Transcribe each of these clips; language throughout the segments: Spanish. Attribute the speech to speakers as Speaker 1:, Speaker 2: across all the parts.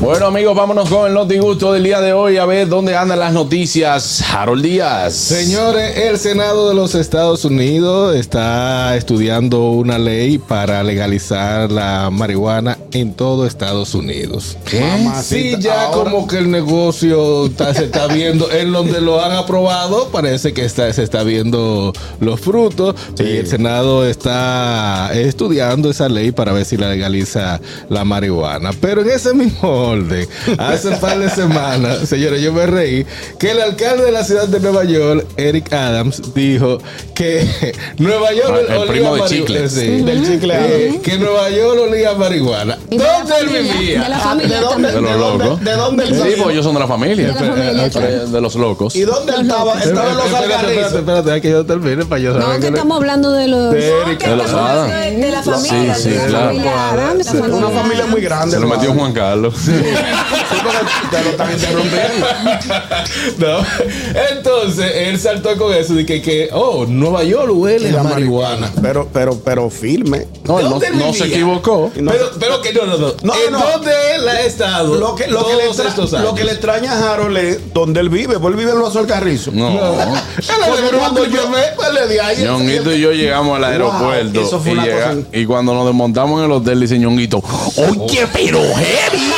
Speaker 1: Bueno, amigos, vámonos con el notigusto del día de hoy a ver dónde andan las noticias. Harold Díaz.
Speaker 2: Señores, el Senado de los Estados Unidos está estudiando una ley para legalizar la marihuana en todo Estados Unidos.
Speaker 1: ¿Qué?
Speaker 2: Sí, ya como que el negocio está- se está viendo en donde lo han aprobado, parece que está, se está viendo los frutos y el Senado está estudiando esa ley para ver si la legaliza la marihuana. Pero en ese mismo orden, hace un par de semanas, señores, yo me reí, que el alcalde de la ciudad de Nueva York, Eric Adams, dijo que Nueva York
Speaker 1: Ah, el
Speaker 2: olía
Speaker 1: primo de
Speaker 2: a marihu- eh,
Speaker 1: chicle.
Speaker 2: sí, del chicle Adams, que Nueva York olía a marihuana.
Speaker 3: Y de la
Speaker 2: ¿Dónde él
Speaker 3: familia,
Speaker 2: vivía?
Speaker 3: de la familia
Speaker 4: Ah, ¿De dónde,
Speaker 3: también.
Speaker 1: De los
Speaker 4: de dónde-
Speaker 1: locos.
Speaker 4: pues, de dónde él
Speaker 1: Sí,
Speaker 4: salió?
Speaker 1: porque ellos son de la familia.
Speaker 3: De la familia,
Speaker 1: Eh,
Speaker 3: claro.
Speaker 1: de los locos.
Speaker 4: ¿Y dónde él
Speaker 2: Ah,
Speaker 4: estaba? Estaba en los
Speaker 2: Espérate, espérate,
Speaker 4: algarrizos.
Speaker 2: Espérate, espérate, hay que yo termine para yo
Speaker 3: No,
Speaker 2: saber
Speaker 3: que
Speaker 2: que-
Speaker 3: estamos hablando de los.
Speaker 2: De
Speaker 3: No,
Speaker 2: Eric
Speaker 3: que
Speaker 1: Adams.
Speaker 3: estamos hablando de- De la familia.
Speaker 1: Sí, sí,
Speaker 3: de la
Speaker 1: claro.
Speaker 3: familia Adams, la
Speaker 4: Una familia muy grande.
Speaker 1: Se lo
Speaker 4: ¿no?
Speaker 1: metió Juan Carlos.
Speaker 4: Sí, porque Te lo están interrumpiendo.
Speaker 2: No. Entonces, él saltó con eso de que, que oh, Nueva York huele a marihuana.
Speaker 4: Pero, pero, pero firme.
Speaker 1: No, él no,
Speaker 2: ¿Dónde
Speaker 1: no se
Speaker 2: vivía?
Speaker 1: equivocó.
Speaker 4: No,
Speaker 2: pero, pero que no, no, no.
Speaker 4: No,
Speaker 2: ¿En
Speaker 4: no.
Speaker 2: dónde él ha estado?
Speaker 4: Lo que, lo, que le
Speaker 2: todos
Speaker 4: tra-
Speaker 2: estos años?
Speaker 4: lo que le extraña a Harold es donde él vive. Pues él vive en los algarrizos.
Speaker 1: No.
Speaker 4: Pues
Speaker 2: Él es de cuando yo me él es de ahí.
Speaker 1: Ñonguito y yo llegamos al aeropuerto
Speaker 4: eso fue
Speaker 1: y,
Speaker 4: una
Speaker 1: llega-
Speaker 4: cosa-
Speaker 1: y cuando nos desmontamos en el hotel dice Ñonguito, oye, pero heavy.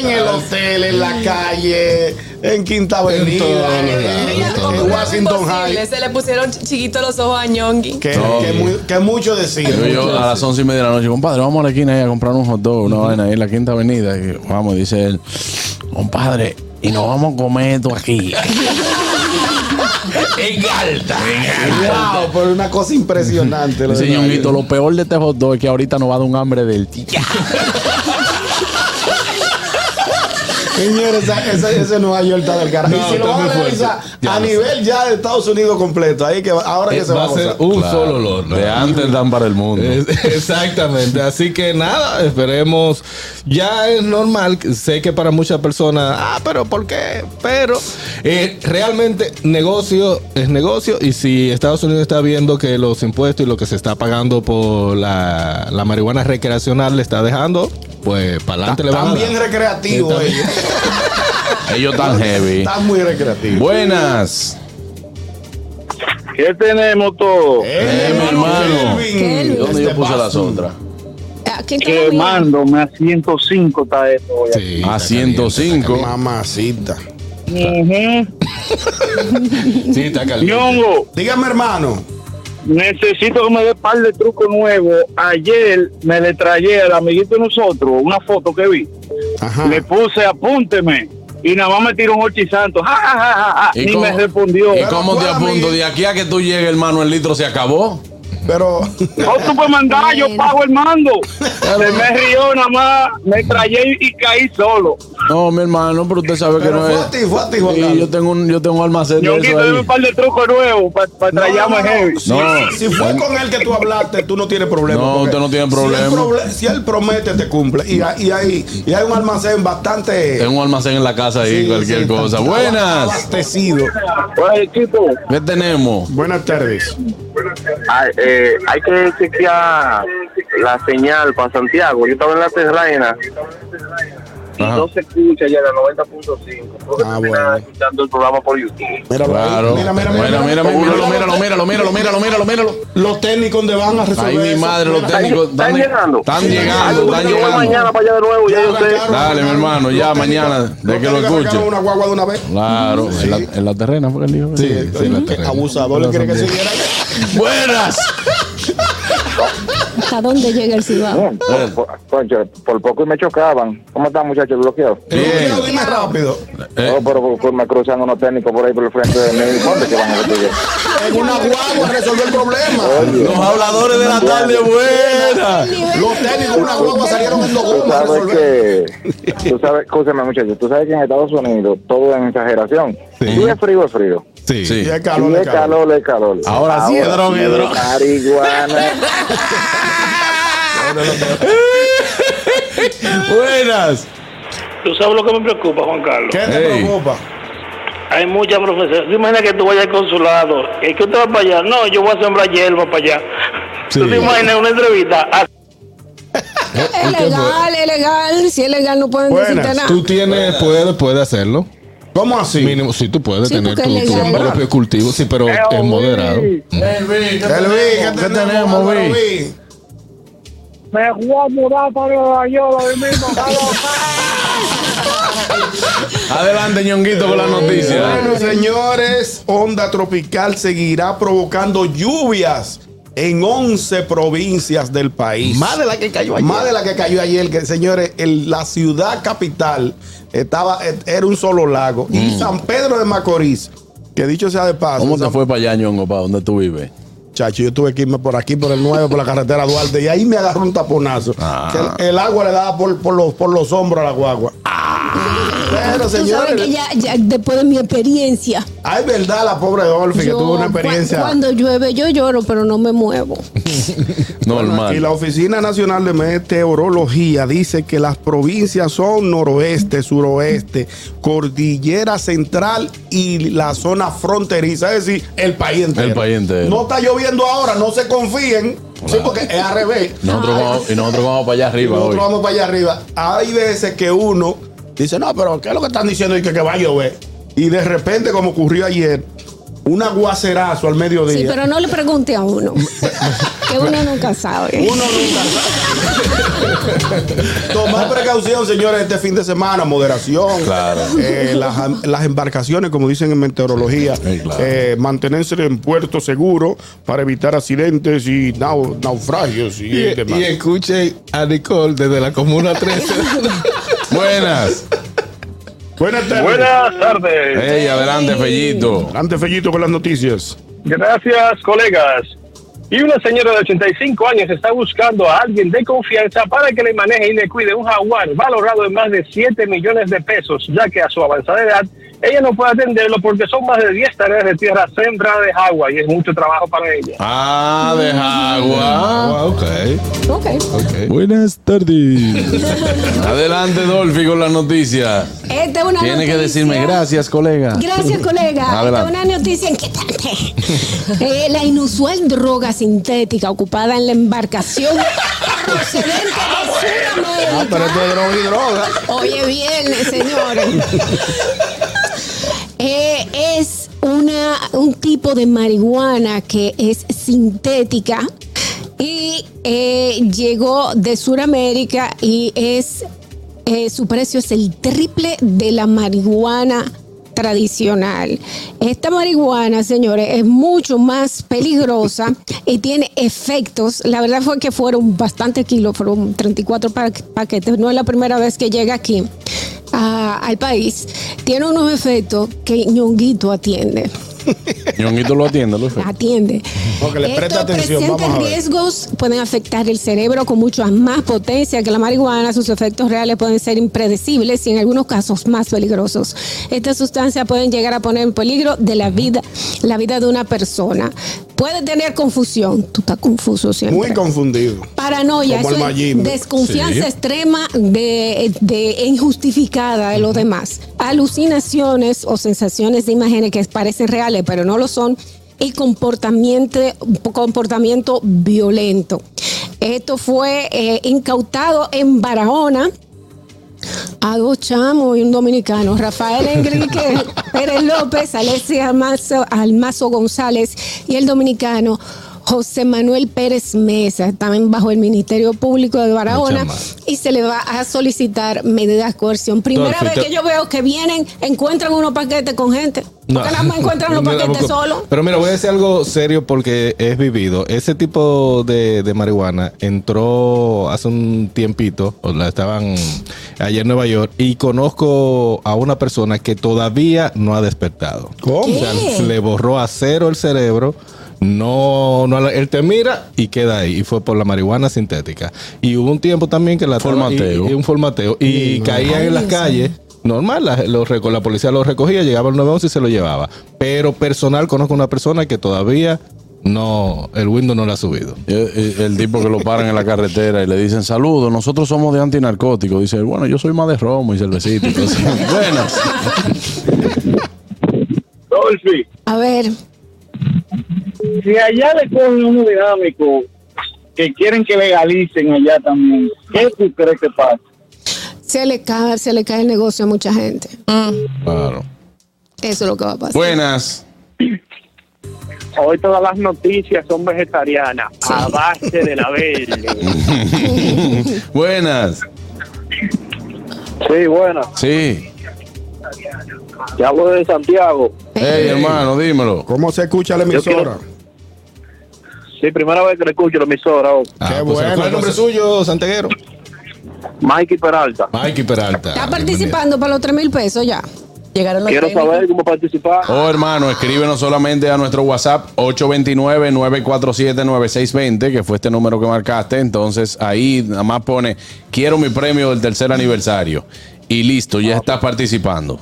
Speaker 4: En el hotel, en la calle, en Quinta Avenida,
Speaker 2: todo,
Speaker 4: en,
Speaker 2: en
Speaker 5: Mira,
Speaker 2: todo.
Speaker 5: ¿cómo
Speaker 4: en
Speaker 5: fue
Speaker 4: Washington
Speaker 5: posible?
Speaker 4: High.
Speaker 5: Se le pusieron ch- chiquitos los ojos a Ñongui.
Speaker 4: Que,
Speaker 1: No.
Speaker 4: que muy- que mucho
Speaker 1: Yo,
Speaker 4: decir.
Speaker 1: yo ah, a las once y media de la noche, compadre, vamos a la esquina ahí a comprar un hot dog, una vaina ahí en la quinta avenida. Y vamos, dice él, compadre, y nos vamos a comer esto aquí. en alta.
Speaker 4: Wow, por una cosa impresionante. lo de
Speaker 1: Dice
Speaker 4: Nueva
Speaker 1: Ñonguito,
Speaker 4: York.
Speaker 1: lo peor de este hot dog es que ahorita nos va a dar un hambre del tía.
Speaker 4: Señores, esa- esa- ese Nueva York está del carajo.
Speaker 2: No,
Speaker 4: y si lo
Speaker 2: está
Speaker 4: van
Speaker 2: muy
Speaker 4: a
Speaker 2: fuerte.
Speaker 4: analizar
Speaker 2: Ya
Speaker 4: a
Speaker 2: lo Eh,
Speaker 4: nivel ya de Estados Unidos completo, ahí que va- ahora que se va a gozar.
Speaker 2: un solo olor. ¿no?
Speaker 1: De antes dan para el mundo.
Speaker 2: Es- Exactamente, así que nada, esperemos. Ya es normal, sé que para muchas personas, ah, pero ¿por qué? Pero eh, realmente negocio es negocio y si Estados Unidos está viendo que los impuestos y lo que se está pagando por la, la marihuana recreacional le está dejando, pues para adelante le van a
Speaker 4: Están
Speaker 2: dar.
Speaker 4: bien recreativos
Speaker 2: Está bien.
Speaker 4: ellos.
Speaker 1: Ellos tan heavy.
Speaker 4: Están muy recreativos.
Speaker 1: Buenas.
Speaker 6: ¿Qué tenemos todo?
Speaker 1: Eh, mi hermano.
Speaker 3: Kelvin.
Speaker 1: ¿Dónde yo
Speaker 4: Este
Speaker 1: puse
Speaker 4: paso.
Speaker 1: las otras?
Speaker 3: ¿Quién
Speaker 6: Eh, Quemándome a 105 está esto. hoy aquí.
Speaker 2: Sí,
Speaker 3: Ah,
Speaker 1: A
Speaker 2: está caliente, está
Speaker 1: 105.
Speaker 4: Mamacita.
Speaker 6: Ujú.
Speaker 2: caliente. Sí, está caliente.
Speaker 6: Ñongo,
Speaker 4: Dígame, hermano.
Speaker 6: necesito que me dé par de trucos nuevos. Ayer me le traje al amiguito de nosotros una foto que vi.
Speaker 4: Ajá.
Speaker 6: Le puse apúnteme. Y nada más me tiró un ochi santo. Ja, ja, ja, ja, ja.
Speaker 1: ¿Y
Speaker 6: Ni
Speaker 1: cómo-
Speaker 6: me respondió.
Speaker 1: ¿Y cómo te
Speaker 4: ¿cuál,
Speaker 1: apunto?
Speaker 4: amiguito?
Speaker 1: De aquí a que tú llegues, hermano, el litro se acabó.
Speaker 4: Pero.
Speaker 6: No Oh, tú puedes mandar, yo pago el mando. Se me rió nada más, me traje y caí solo.
Speaker 1: No, mi hermano, pero usted sabe que
Speaker 4: Pero
Speaker 1: no
Speaker 4: fue
Speaker 1: es.
Speaker 4: a ti, fue a ti, Juan
Speaker 1: Sí,
Speaker 4: Carlos.
Speaker 1: yo tengo un, yo tengo un almacén de eso
Speaker 6: Ñonguito, dame un
Speaker 1: ahí.
Speaker 6: par de trucos nuevos para pa
Speaker 4: No,
Speaker 6: traerme
Speaker 4: no, no.
Speaker 6: heavy.
Speaker 4: Si,
Speaker 1: No.
Speaker 4: si fue con él que tú hablaste, tú no tienes problema.
Speaker 1: No,
Speaker 4: porque
Speaker 1: usted no tiene
Speaker 4: si él
Speaker 1: problema.
Speaker 4: proble- Si él, promete, te cumple. Y, hay- y, hay, y hay un almacén bastante.
Speaker 1: Tengo un almacén en la casa ahí,
Speaker 4: Sí,
Speaker 1: cualquier
Speaker 4: sí,
Speaker 1: cosa.
Speaker 4: está
Speaker 1: Buenas.
Speaker 4: Abastecido.
Speaker 6: Oye, equipo.
Speaker 1: ¿Qué tenemos?
Speaker 4: Buenas tardes.
Speaker 6: Ay, eh, hay que chequear la señal para Santiago. Yo estaba en la terraina y
Speaker 1: Ajá.
Speaker 6: no se escucha ya la 90.5. Porque
Speaker 4: Ah,
Speaker 6: terminan
Speaker 4: bueno.
Speaker 6: escuchando el programa por YouTube.
Speaker 4: Míralo ahí.
Speaker 1: Claro.
Speaker 4: Mira, mira, mira.
Speaker 1: Mira, mira, mira, míralo, míralo, míralo, míralo, míralo, míralo, míralo.
Speaker 4: Los técnicos donde van a resolver.
Speaker 1: Ahí mi
Speaker 4: eso.
Speaker 1: madre, los
Speaker 4: Mira,
Speaker 1: técnicos.
Speaker 6: ¿Están llegando?
Speaker 1: Están
Speaker 4: Sí,
Speaker 1: llegando,
Speaker 4: algo
Speaker 1: están
Speaker 4: que
Speaker 6: Yo
Speaker 1: llegando.
Speaker 6: mañana para allá de nuevo, ya yo sé.
Speaker 4: arrancaron,
Speaker 1: Dale, mi hermano, ya
Speaker 4: Los técnicos-
Speaker 1: mañana,
Speaker 4: los
Speaker 1: de que lo
Speaker 4: técnicos
Speaker 1: escuche.
Speaker 4: arrancaron una guagua de una vez.
Speaker 1: Claro, en la, en la terrena fue que él dijo.
Speaker 4: Sí,
Speaker 2: sí, la
Speaker 4: eh,
Speaker 2: terrena.
Speaker 4: abusador, ¿le quiere que siguiera?
Speaker 1: Buenas.
Speaker 3: ¿Hasta dónde llega el Cibao?
Speaker 5: No, por, por- concho, por poco y me chocaban. ¿Cómo están, muchachos? ¿Bloqueados?
Speaker 4: Dime dime rápido.
Speaker 1: Eh.
Speaker 5: Oh, pero pues, me cruzan unos técnicos por ahí por el frente de mí. ¿Dónde que van a resolver?
Speaker 4: En una guagua resolvió el problema.
Speaker 1: Los habladores de la tarde, buena.
Speaker 4: Los técnicos de una guagua salieron en dos
Speaker 5: Tú
Speaker 4: gomas a
Speaker 5: sabes
Speaker 4: resolver.
Speaker 5: que, tú sabes, escúchame muchachos, tú sabes que en Estados Unidos todo es exageración. Si es frío, es frío.
Speaker 2: Sí.
Speaker 1: Sí.
Speaker 4: Y el
Speaker 5: Si
Speaker 4: calor, el
Speaker 5: es
Speaker 4: calor.
Speaker 5: calor, es calor.
Speaker 1: Ahora sí es droga,
Speaker 5: si
Speaker 1: es droga.
Speaker 5: Marihuana.
Speaker 1: Buenas.
Speaker 6: Tú sabes lo que me preocupa, Juan Carlos.
Speaker 4: ¿Qué te
Speaker 1: Ey.
Speaker 4: preocupa?
Speaker 6: Hay muchas profesiones. ¿Te imaginas que tú vayas al consulado? ¿Es que usted va para allá? No, yo voy a sembrar hierba para allá. ¿Tú te imaginas una entrevista? Ah,
Speaker 2: Eh,
Speaker 3: Es legal, es legal. Si es legal, no pueden
Speaker 4: Buenas,
Speaker 3: decirte nada.
Speaker 2: Tú tienes, puedes, puedes hacerlo.
Speaker 4: ¿Cómo así?
Speaker 2: Mínimo, sí, tú puedes
Speaker 3: Sí,
Speaker 2: tener tu,
Speaker 3: porque es
Speaker 2: tu
Speaker 3: legal.
Speaker 2: propio cultivo, sí, pero es moderado.
Speaker 4: El Vi, ¿qué tenemos, Álvaro Vi?
Speaker 6: Me voy a mudar para Nueva York hoy mismo.
Speaker 1: Adelante, ñonguito, con la noticia.
Speaker 4: Bueno, señores, onda tropical seguirá provocando lluvias en 11 provincias del país. Más de la que cayó ayer. Más de la que cayó ayer, que señores, en la ciudad capital estaba e, era un solo lago y San Pedro de Macorís, que dicho sea de paso,
Speaker 1: ¿Cómo te
Speaker 4: San-
Speaker 1: fue para allá, ñongo, para donde tú vives?
Speaker 4: Chacho, yo tuve que irme por aquí, por el 9, por la carretera Duarte, y ahí me agarró un taponazo. Que el, el agua le daba por, por los, por los hombros a la guagua. Pero,
Speaker 3: Tú sabes
Speaker 4: señores,
Speaker 3: que ya, ya después de mi experiencia,
Speaker 4: hay verdad, la pobre Dolphy, que
Speaker 3: yo,
Speaker 4: tuvo una
Speaker 3: cua-
Speaker 4: experiencia.
Speaker 3: cuando llueve yo lloro, pero no me muevo.
Speaker 4: Y la
Speaker 1: Normal.
Speaker 4: Oficina Nacional de Meteorología dice que las provincias son noroeste, suroeste, cordillera central y la zona fronteriza, es decir, el país entero.
Speaker 1: El país entero.
Speaker 4: No está lloviendo ahora, no se confíen, sí, porque es al revés.
Speaker 1: Nosotros vamos, y nosotros vamos para allá arriba
Speaker 4: Nosotros
Speaker 1: hoy.
Speaker 4: vamos para allá arriba. Hay veces que uno dice, no, pero ¿qué es lo que están diciendo? Y que, que va a llover. Y de repente, como ocurrió ayer, un aguacerazo al mediodía.
Speaker 3: Sí, pero no le pregunte a uno. que uno nunca sabe.
Speaker 4: Uno nunca sabe. Tomar precaución, señores, este fin de semana, moderación.
Speaker 1: Claro.
Speaker 4: Eh, las, las embarcaciones, como dicen en meteorología,
Speaker 1: Sí, claro.
Speaker 4: eh, mantenerse en puerto seguro para evitar accidentes y nau- naufragios y,
Speaker 2: Y,
Speaker 4: demás.
Speaker 2: y escuchen a Nicole desde la Comuna 13. Buenas.
Speaker 4: Buenas tardes.
Speaker 6: Buenas tardes.
Speaker 1: Ey, adelante, Fellito.
Speaker 4: Adelante, Fellito, con las noticias.
Speaker 6: Gracias, colegas. Y una señora de 85 años está buscando a alguien de confianza para que le maneje y le cuide un jaguar valorado en más de 7 millones de pesos, ya que a su avanzada edad ella no puede atenderlo porque son más de 10 tareas de tierra sembrada de agua y es mucho trabajo para ella.
Speaker 1: Ah, de agua.
Speaker 2: Ah, ok.
Speaker 3: Ok.
Speaker 1: Buenas tardes. Adelante, Dolphy, con la noticia.
Speaker 3: Esta Este es una
Speaker 1: Tiene que
Speaker 3: noticia.
Speaker 1: decirme gracias, colega.
Speaker 3: Gracias, colega. Esta es
Speaker 1: Adelante.
Speaker 3: una noticia inquietante. Eh, la inusual droga sintética ocupada en la embarcación procedente de Sudamérica.
Speaker 4: Ah, Pero esto es droga y droga.
Speaker 3: Hoy es viernes, señores. Eh, es una, un tipo de marihuana que es sintética y eh, llegó de Sudamérica y es eh, su precio es el triple de la marihuana tradicional. Esta marihuana, señores, es mucho más peligrosa y tiene efectos. La verdad fue que fueron bastantes kilos, fueron 34 pa- paquetes. No es la primera vez que llega aquí a- al país. Tiene unos efectos que ñonguito atiende.
Speaker 1: Ñonguito lo atiende, Luis.
Speaker 3: Atiende.
Speaker 4: Porque le presta atención,
Speaker 3: presenta
Speaker 4: vamos a ver.
Speaker 3: riesgos, pueden afectar el cerebro con mucha más potencia que la marihuana. Sus efectos reales pueden ser impredecibles y en algunos casos más peligrosos. Estas sustancias pueden llegar a poner en peligro de la vida, la vida de una persona. Puede tener confusión. Tú estás confuso siempre.
Speaker 4: Muy confundido.
Speaker 3: Paranoia,
Speaker 4: Como
Speaker 3: eso
Speaker 4: el
Speaker 3: es
Speaker 4: Mayim.
Speaker 3: desconfianza extrema de, de- e injustificada de los demás, alucinaciones o sensaciones de imágenes que parecen reales pero no lo son y comportamiento, comportamiento violento. Esto fue eh, incautado en Barahona a dos chamos y un dominicano, Rafael Enrique Pérez López, Alexis Almazo, Almazo González y el dominicano José Manuel Pérez Mesa, también bajo el Ministerio Público de Barahona,
Speaker 2: Mucha madre.
Speaker 3: y se le va a solicitar medidas de coerción. Primera
Speaker 2: Entonces,
Speaker 3: vez
Speaker 2: te-
Speaker 3: que yo veo que vienen, encuentran unos paquetes con gente.
Speaker 2: No.
Speaker 3: ¿Por qué nada más encuentran los
Speaker 2: No,
Speaker 3: paquetes
Speaker 2: tampoco.
Speaker 3: solos?
Speaker 2: Pero mira, voy a decir algo serio porque es vivido. Ese tipo de, de marihuana entró hace un tiempito, o la estaban allá en Nueva York, y conozco a una persona que todavía no ha despertado. ¿Cómo?
Speaker 3: ¿Qué?
Speaker 2: le borró a cero el cerebro. No, no, él te mira y queda ahí. Y fue por la marihuana sintética. Y hubo un tiempo también que la
Speaker 1: Formateo.
Speaker 2: y- y un formateo. Y caían en las calles. Normal, la, los reco- la policía los recogía, llegaba al 911 y se lo llevaba. Pero personal, conozco una persona que todavía no, el Windows no la ha subido.
Speaker 1: Y Eh, El, el tipo que lo paran en la carretera y le dicen saludos, nosotros somos de antinarcóticos. Dice, bueno, yo soy más de romo y cervecita. Entonces, bueno,
Speaker 6: Dolphy,
Speaker 3: A ver,
Speaker 6: si allá le cogen un dinámico que quieren que legalicen allá también, ¿qué tú crees que pasa?
Speaker 3: se le cae, se le cae el negocio a mucha gente.
Speaker 2: Claro.
Speaker 3: Eso es lo que va a pasar.
Speaker 1: buenas.
Speaker 6: Hoy todas las noticias son vegetarianas, a base de la verde.
Speaker 1: buenas.
Speaker 6: Sí, bueno,
Speaker 1: Sí.
Speaker 6: te hablo de Santiago.
Speaker 1: Hey, hermano, dímelo.
Speaker 4: ¿Cómo se escucha la emisora?
Speaker 6: Sí, primera vez que le escucho la emisora. oh.
Speaker 2: Ah,
Speaker 1: pues,
Speaker 4: bueno, pues,
Speaker 2: ¿Cuál es el nombre
Speaker 4: entonces-
Speaker 2: suyo, Santeguero?
Speaker 6: Mikey Peralta,
Speaker 2: Mikey Peralta.
Speaker 3: Está participando para los 3 mil pesos ya.
Speaker 5: Llegaron los
Speaker 6: quiero
Speaker 5: técnicos.
Speaker 6: saber cómo participar.
Speaker 1: Oh, hermano, escríbenos solamente a nuestro WhatsApp 829-947-9620, que fue este número que marcaste. Entonces ahí nada más pone, quiero mi premio del tercer aniversario. Y listo, ya estás participando.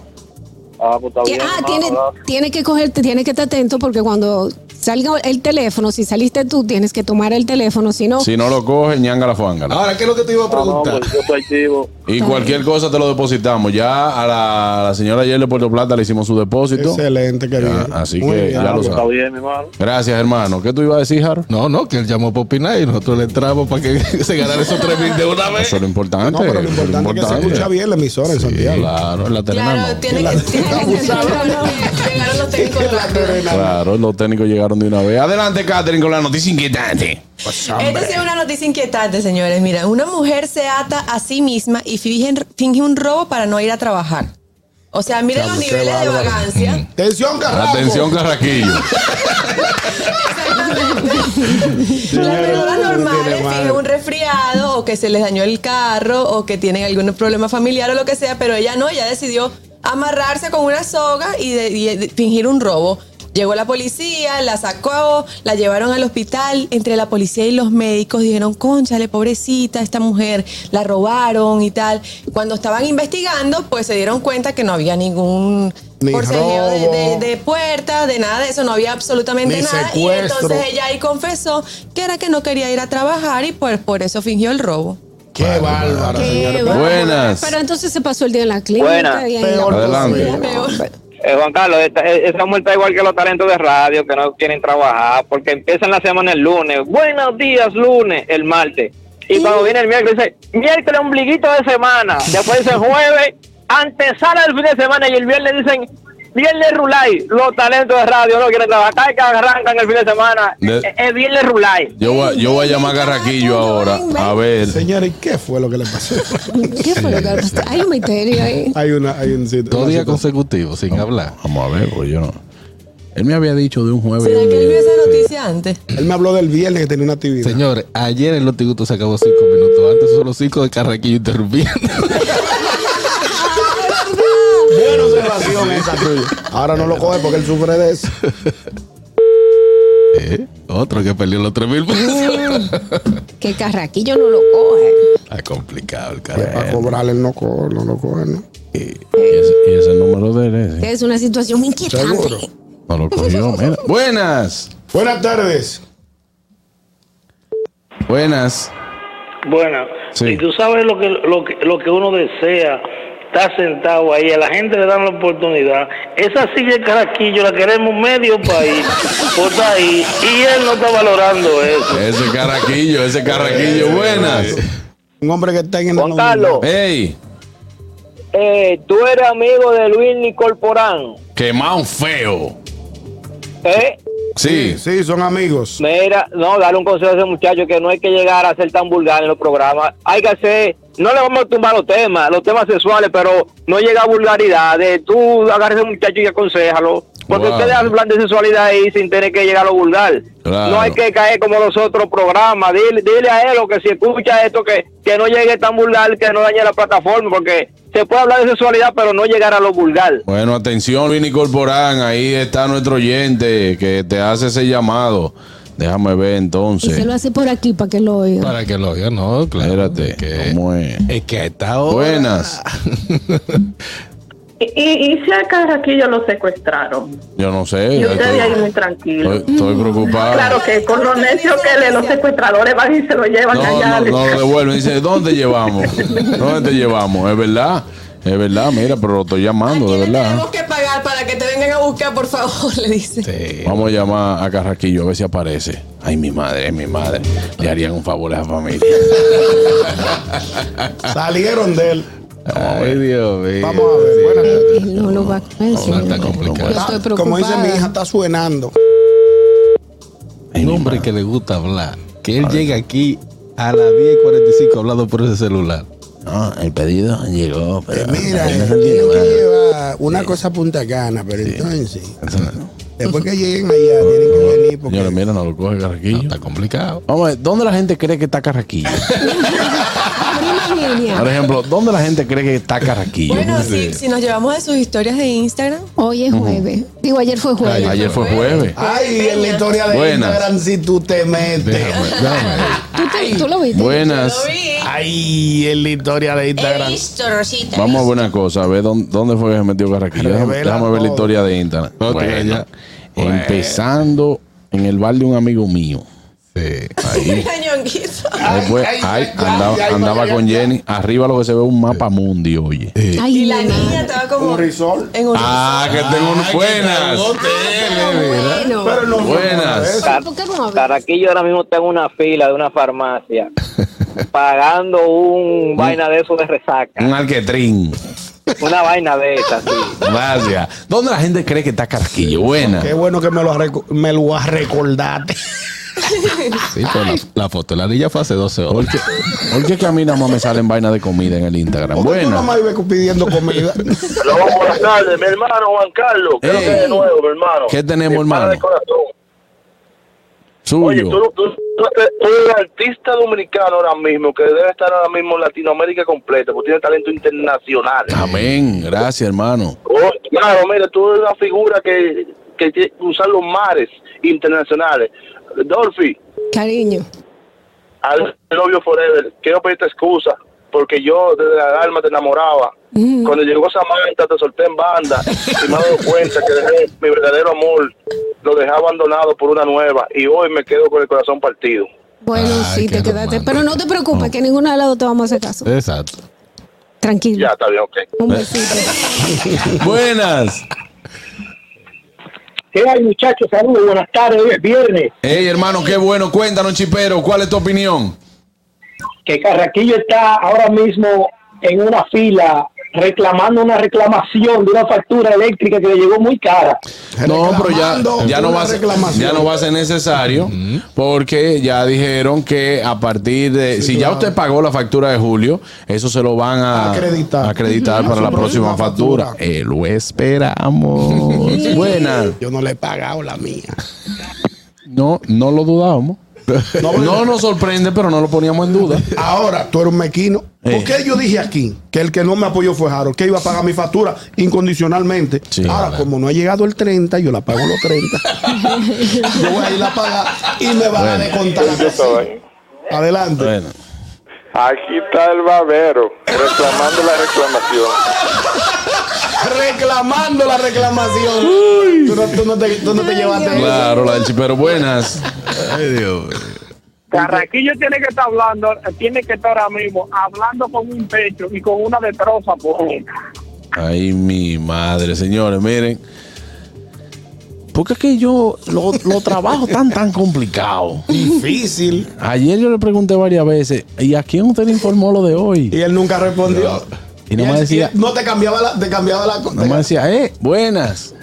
Speaker 6: Ah, pues está
Speaker 3: Que-
Speaker 6: bien,
Speaker 3: ah,
Speaker 6: hermano,
Speaker 3: tiene,
Speaker 6: ¿verdad?
Speaker 3: tiene que cogerte, tiene que estar atento porque cuando salga el teléfono, si saliste tú, tienes que tomar el teléfono, si no,
Speaker 1: Si no lo coges, ñangala fuángala.
Speaker 2: Ahora, ¿qué es lo que te iba a
Speaker 6: Ah, no,
Speaker 2: preguntar?
Speaker 6: pues yo estoy activo.
Speaker 1: Y cualquier cosa te lo depositamos. Ya a la, a la señora ayer de Puerto Plata le hicimos su
Speaker 4: pues.
Speaker 1: depósito.
Speaker 4: Excelente, que
Speaker 1: Ya,
Speaker 4: bien.
Speaker 1: así
Speaker 4: Muy
Speaker 1: que
Speaker 4: bien.
Speaker 1: ya lo
Speaker 6: Está
Speaker 1: sabes.
Speaker 6: bien, mi hermano.
Speaker 1: Gracias, hermano. ¿Qué tú ibas a decir, Jaro?
Speaker 2: No, no, que él llamó para opinar y nosotros le entramos para que se ganara esos tres mil de una vez.
Speaker 1: Eso es lo importante.
Speaker 4: No, pero lo
Speaker 1: eso es
Speaker 4: importante es que se escucha bien la emisora en Santiago.
Speaker 1: Claro, en la terena
Speaker 5: Claro,
Speaker 1: no.
Speaker 5: tiene que tiene que ser rápido, porque Llegaron los técnicos rápido.
Speaker 1: Claro, los técnicos llegaron de una vez. Adelante, Catherine, con la noticia inquietante.
Speaker 5: Esta sí es una noticia inquietante, señores. Mira, una mujer se ata a sí misma y finge, finge un robo para no ir a trabajar. O sea, miren los
Speaker 4: Diablo, qué
Speaker 5: niveles de
Speaker 4: bárbaro.
Speaker 5: vagancia.
Speaker 4: Atención, carajo.
Speaker 1: Atención, Carraquillo.
Speaker 5: Las
Speaker 4: no
Speaker 5: personas
Speaker 4: tiene
Speaker 5: normales
Speaker 4: madre.
Speaker 5: fingen un resfriado o que se les dañó el carro o que tienen algún problema familiar o lo que sea, pero ella no, ella decidió amarrarse con una soga y, de- y de- fingir un robo. Llegó la policía, la sacó, la llevaron al hospital. Entre la policía y los médicos dijeron, conchale, pobrecita, esta mujer, la robaron y tal. Cuando estaban investigando, pues se dieron cuenta que no había ningún
Speaker 4: Ni
Speaker 5: forcejeo de-
Speaker 4: robo.
Speaker 5: de, de puertas, de nada de eso, no había absolutamente
Speaker 4: Ni
Speaker 5: nada. Y
Speaker 4: secuestro.
Speaker 5: entonces ella ahí confesó que era que no quería ir a trabajar y pues por eso fingió el robo.
Speaker 4: Qué bárbaro,
Speaker 3: que
Speaker 4: señores.
Speaker 3: va.
Speaker 1: Buenas.
Speaker 3: Pero entonces se pasó el día en la clínica.
Speaker 6: Buenas.
Speaker 3: y ahí
Speaker 4: Peor
Speaker 3: la-
Speaker 1: Adelante.
Speaker 5: Peor.
Speaker 6: Eh, Juan Carlos, esta, eh, esa mujer está igual que los talentos de radio que no quieren trabajar porque empiezan la semana el lunes. Buenos días, lunes, el martes. Y cuando viene el miércoles, dice, miércoles, ombliguito de semana. Después dicen jueves, antesala del fin de semana y el viernes dicen, viernes rulay. Los talentos de radio no quieren trabajar. Cada que arrancan el fin de semana,
Speaker 1: De-
Speaker 6: es es viernes rulay.
Speaker 1: Yo voy, yo voy a llamar a Carraquillo ahora. A ver.
Speaker 4: Señores, ¿qué fue lo que le pasó?
Speaker 3: ¿Qué fue lo que pasó? Hay un misterio ahí.
Speaker 4: hay una, hay un sitio.
Speaker 2: Dos
Speaker 4: una
Speaker 2: días
Speaker 4: situación.
Speaker 2: consecutivos sin hablar.
Speaker 1: Vamos a ver, pues yo no. Él me había dicho de un jueves.
Speaker 5: ¿Será que él vio esa noticia antes?
Speaker 4: Él me habló del viernes que tenía una actividad.
Speaker 2: Señores, ayer el Lotiguto se acabó cinco minutos. Antes solo cinco de Carraquillo interrumpiendo.
Speaker 4: Buena observación esa tuya. Ahora no lo coge porque él sufre de eso.
Speaker 2: ¿Eh? Otro que perdió los tres mil pesos.
Speaker 3: Que Carraquillo no lo coge.
Speaker 1: Ah,
Speaker 2: Está complicado el
Speaker 4: Que para
Speaker 2: carajo.
Speaker 4: cobrarle él no, co- no lo coge, ¿no?
Speaker 1: Y ese, y ese número de él ese.
Speaker 3: Es una situación inquietante.
Speaker 4: Seguro.
Speaker 1: No lo cogió, mira. Buenas.
Speaker 4: Buenas tardes.
Speaker 1: Buenas.
Speaker 7: Bueno,
Speaker 1: Sí.
Speaker 7: si tú sabes lo que, lo, que, lo que uno desea, está sentado ahí, a la gente le dan la oportunidad. Esa silla de caraquillo la queremos medio país, por ahí, y él no está valorando eso.
Speaker 1: Ese Carraquillo, ese Carraquillo. Buenas.
Speaker 4: Un hombre que está en el
Speaker 6: Juan
Speaker 4: anonimato.
Speaker 6: Carlos,
Speaker 1: Ey.
Speaker 6: eh, tú eres amigo de Luis Nicolporán.
Speaker 1: Quemado feo.
Speaker 6: ¿Eh?
Speaker 2: Sí.
Speaker 4: Sí, son amigos.
Speaker 6: Mira, no, dale un consejo a ese muchacho que no hay que llegar a ser tan vulgar en los programas. Hay que hacer, no le vamos a tumbar los temas, los temas sexuales, pero no llega a vulgaridades. Tú agarras a ese muchacho y aconsejalo. Porque
Speaker 2: Wow.
Speaker 6: ustedes hablan de sexualidad ahí sin tener que llegar a lo vulgar.
Speaker 2: Claro.
Speaker 6: No hay que caer como los otros programas. Dile, dile a él o que si escucha esto, que, que no llegue tan vulgar, que no dañe la plataforma, porque se puede hablar de sexualidad, pero no llegar a lo vulgar.
Speaker 1: Bueno, atención, Vini Corporán, ahí está nuestro oyente que te hace ese llamado. Déjame ver
Speaker 3: Y se
Speaker 1: entonces.
Speaker 3: lo hace por aquí para que lo oiga.
Speaker 2: Para que lo oigan, no, claro.
Speaker 1: Espérate,
Speaker 2: que-
Speaker 1: ¿cómo es?
Speaker 2: Es que está
Speaker 1: Buenas.
Speaker 8: Y, y, y si a Carraquillo lo secuestraron.
Speaker 1: Yo no sé.
Speaker 8: Y
Speaker 1: yo
Speaker 8: ustedes ahí muy
Speaker 1: Estoy,
Speaker 8: tranquilos.
Speaker 1: estoy- estoy preocupado.
Speaker 8: Claro que con lo necio que le- los secuestradores van y se lo llevan
Speaker 1: No,
Speaker 8: allá.
Speaker 1: no, no lo devuelven. Dice, ¿dónde llevamos? ¿Dónde te llevamos? Es verdad, es verdad. Mira, pero lo estoy llamando, de
Speaker 5: ¿Quién le
Speaker 1: verdad.
Speaker 5: tenemos que pagar para que te vengan a buscar, por favor? Le dice.
Speaker 1: Vamos a llamar a Carraquillo a ver si aparece. Ay, mi madre, mi madre. Le harían un favor a esa familia.
Speaker 4: Salieron de él.
Speaker 2: Ay, Dios mío.
Speaker 4: Vamos a ver. Buenas tardes.
Speaker 3: Él no lo va a comer. señor.
Speaker 2: está
Speaker 1: pues.
Speaker 2: complicado.
Speaker 3: Yo estoy
Speaker 4: Está- Como dice mi
Speaker 3: preocupada.
Speaker 4: hija, está suenando.
Speaker 1: Ah, Ay,
Speaker 2: Un
Speaker 1: mi
Speaker 2: hombre
Speaker 1: madre.
Speaker 2: que le gusta hablar. Que él llega aquí a las 10.45 hablando por ese celular.
Speaker 1: No, Ah, el pedido llegó, pero
Speaker 9: Mira,
Speaker 1: apenas
Speaker 9: eh,
Speaker 1: el
Speaker 9: tengo que
Speaker 1: dinero.
Speaker 9: llevar una cosa a Punta Cana, pero entonces, después que lleguen allá, tienen que venir porque
Speaker 1: Señores, mira, no lo coge Carraquillo.
Speaker 2: Está complicado.
Speaker 1: Vamos a ver, ¿dónde la gente cree que está Carraquillo?
Speaker 3: Prima
Speaker 1: Por
Speaker 3: Lilia,
Speaker 1: ejemplo, ¿dónde la gente cree que está Carraquillo?
Speaker 5: Bueno, si, si nos llevamos de sus historias de Instagram.
Speaker 3: hoy es jueves. Digo, ayer fue jueves.
Speaker 1: Ayer fue jueves.
Speaker 9: Ay, en la historia de
Speaker 1: Buenas.
Speaker 9: Instagram, si tú te metes.
Speaker 2: Déjame, déjame.
Speaker 3: ¿Tú, te- tú lo viste?
Speaker 1: Buenas.
Speaker 9: Ay, en la historia de Instagram.
Speaker 1: Vamos a ver una cosa, a ver dónde, dónde fue que se metió Carraquillo. Déjame,
Speaker 9: Revela
Speaker 1: déjame ver la
Speaker 9: todo.
Speaker 1: historia de Instagram.
Speaker 2: No,
Speaker 1: Bueno,
Speaker 2: tira ya.
Speaker 1: empezando en el bar de un amigo mío.
Speaker 2: Sí.
Speaker 1: Ahí.
Speaker 5: Ñonguito.
Speaker 1: Después,
Speaker 9: ay,
Speaker 1: ahí,
Speaker 9: ay,
Speaker 1: andaba,
Speaker 9: ay, ay,
Speaker 1: andaba
Speaker 9: ay,
Speaker 1: con
Speaker 9: ay,
Speaker 1: Jenny. Arriba lo que se ve es un mapa mundi, oye.
Speaker 3: Ay,
Speaker 5: Y la
Speaker 3: mi
Speaker 5: niña
Speaker 3: madre.
Speaker 5: estaba como.
Speaker 9: Un risol.
Speaker 3: Eh,
Speaker 5: En un
Speaker 1: Ah, que tengo unas buenas.
Speaker 3: Bueno,
Speaker 9: Pero no fue
Speaker 1: Buenas.
Speaker 9: nada de eso.
Speaker 3: pero ¿por qué no hablas?
Speaker 6: Caraquillo ahora mismo está en una fila de una farmacia pagando un vaina de eso de resaca.
Speaker 1: Un alquetrín.
Speaker 6: Una vaina de esa, sí.
Speaker 1: Gracias. ¿Dónde la gente cree que está Carraquillo? Buena.
Speaker 4: Qué bueno que me lo, reco- me lo recordaste.
Speaker 2: Sí, pero la, la foto de la niña fue hace 12 horas.
Speaker 1: Porque, porque que a mí nada más me salen vainas de comida en el Instagram.
Speaker 4: ¿Por qué tú
Speaker 1: Buena.
Speaker 4: nada más ibas pidiendo comida?
Speaker 7: Saludos, buenas tardes, mi hermano Juan Carlos. ¿Qué es lo que hay de nuevo, mi hermano?
Speaker 1: ¿Qué tenemos,
Speaker 7: Mi pana de
Speaker 1: hermano?
Speaker 7: corazón. Oye, tú,
Speaker 1: Suyo.
Speaker 7: tú, tú eres- tú eres el artista dominicano ahora mismo, que debe estar ahora mismo en Latinoamérica completa, porque tiene talento internacional.
Speaker 1: Amén. Gracias, hermano.
Speaker 7: Oh, claro, mira, tú eres una figura que, que tiene que usar los mares internacionales. Dolphy,
Speaker 3: Cariño.
Speaker 7: al novio Forever, quiero pedirte excusa, porque yo desde la alma te enamoraba. Cuando llegó Samantha, te solté en banda y me he dado cuenta que dejé mi verdadero amor, lo dejé abandonado por una nueva y hoy me quedo con el corazón partido.
Speaker 3: Bueno,
Speaker 2: Ay,
Speaker 3: sí,
Speaker 2: qué
Speaker 3: te quedaste.
Speaker 2: romántico.
Speaker 3: Pero no te preocupes, que ninguno de los dos te vamos a hacer caso.
Speaker 2: Exacto.
Speaker 3: Tranquilo.
Speaker 7: Ya, está bien, ok.
Speaker 3: Un besito.
Speaker 1: Buenas.
Speaker 7: ¿Qué hay, muchachos? Saludos, buenas tardes, hoy es viernes.
Speaker 1: Hey, hermano, qué bueno. Cuéntanos, chipero, ¿cuál es tu opinión?
Speaker 7: que Carraquillo está ahora mismo en una fila reclamando una reclamación de una factura eléctrica que le llegó muy cara.
Speaker 1: No, pero ya,
Speaker 4: Reclamando
Speaker 1: ya, no
Speaker 4: una
Speaker 1: va a ser,
Speaker 4: reclamación.
Speaker 1: ya no va a ser necesario porque ya dijeron que a partir de... si ya usted pagó la factura de julio, eso se lo van a
Speaker 4: Acreditar.
Speaker 1: a acreditar para
Speaker 4: su
Speaker 1: la próxima
Speaker 4: próxima
Speaker 1: factura.
Speaker 4: factura.
Speaker 1: Eh, lo esperamos. Buenas.
Speaker 4: Yo no le he pagado la mía.
Speaker 1: No, no lo dudábamos.
Speaker 4: No,
Speaker 1: No nos sorprende, pero no lo poníamos en duda.
Speaker 4: Ahora, tú eres un mequino.
Speaker 1: Eh.
Speaker 4: ¿Por qué yo dije aquí que el que no me apoyó fue Harold, que iba a pagar mi factura incondicionalmente?
Speaker 1: Sí,
Speaker 4: Ahora,
Speaker 1: verdad.
Speaker 4: como no ha llegado el 30, yo la pago los 30. yo voy a ir a pagar y me van a descontar la cosa. Adelante.
Speaker 1: Bueno.
Speaker 10: Aquí está el babero reclamando la reclamación.
Speaker 4: Reclamando la reclamación. Tú no, tú no te, tú no te llevaste eso.
Speaker 1: Claro, la del chipero. Buenas.
Speaker 2: Ay, Dios mío.
Speaker 10: Carraquillo tiene que estar hablando, tiene que estar ahora mismo hablando con un pecho y con una destroza
Speaker 7: Oh.
Speaker 10: poética.
Speaker 1: Ay, mi madre, señores, miren. ¿Por qué es que yo lo, lo trabajo tan, tan complicado?
Speaker 4: Difícil.
Speaker 1: Ayer yo le pregunté varias veces, ¿y a quién usted le informó lo de
Speaker 4: Y
Speaker 1: hoy?
Speaker 4: él nunca respondió.
Speaker 1: Y no me
Speaker 4: él-
Speaker 1: decía,
Speaker 4: y él- no te cambiaba la, te cambiaba la
Speaker 1: no me decía, eh, buenas.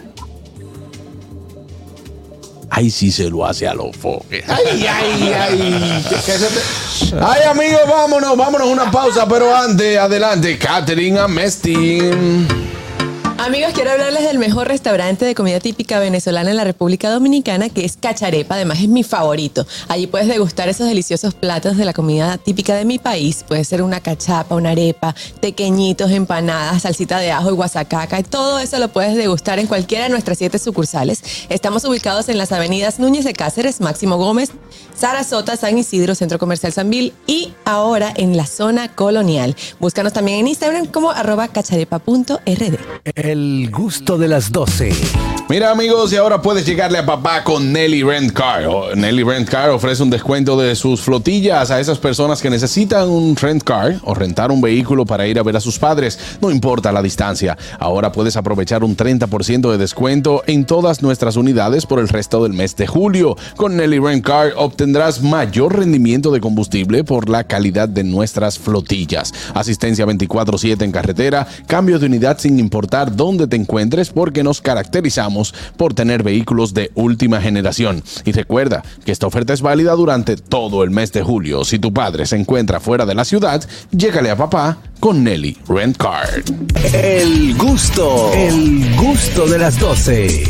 Speaker 1: Ay, sí se lo hace a los foques.
Speaker 4: Ay, ay, ay.
Speaker 1: Ay, amigos, vámonos, vámonos, una pausa, pero antes, adelante, Catherine Amestin.
Speaker 2: Amigos, quiero hablarles del mejor restaurante de comida típica venezolana en la República Dominicana, que es Cacharepa. Además, es mi favorito. Allí puedes degustar esos deliciosos platos de la comida típica de mi país. Puede ser una cachapa, una arepa, tequeñitos, empanadas, salsita de ajo y guasacaca. Todo eso lo puedes degustar en cualquiera de nuestras siete sucursales. Estamos ubicados en las avenidas Núñez de Cáceres, Máximo Gómez, Sarasota, San Isidro, Centro Comercial Sanvil y ahora en la zona colonial. Búscanos también en Instagram como arroba cacharepa.rd.
Speaker 11: El gusto de las 12.
Speaker 1: Mira amigos, y ahora puedes llegarle a papá con Nelly Rent Car. O- Nelly Rent Car ofrece un descuento de sus flotillas a esas personas que necesitan un rent car o rentar un vehículo para ir a ver a sus padres, no importa la distancia. Ahora puedes aprovechar un 30% de descuento en todas nuestras unidades por el resto del mes de julio. Con Nelly Rent Car obtendrás mayor rendimiento de combustible por la calidad de nuestras flotillas. Asistencia 24/7 en carretera, cambio de unidad sin importar dónde te encuentres porque nos caracterizamos por tener vehículos de última generación. Y recuerda que esta oferta es válida durante todo el mes de julio. Si tu padre se encuentra fuera de la ciudad, llégale a papá con Nelly Rent Car.
Speaker 11: El gusto. El gusto de las 12.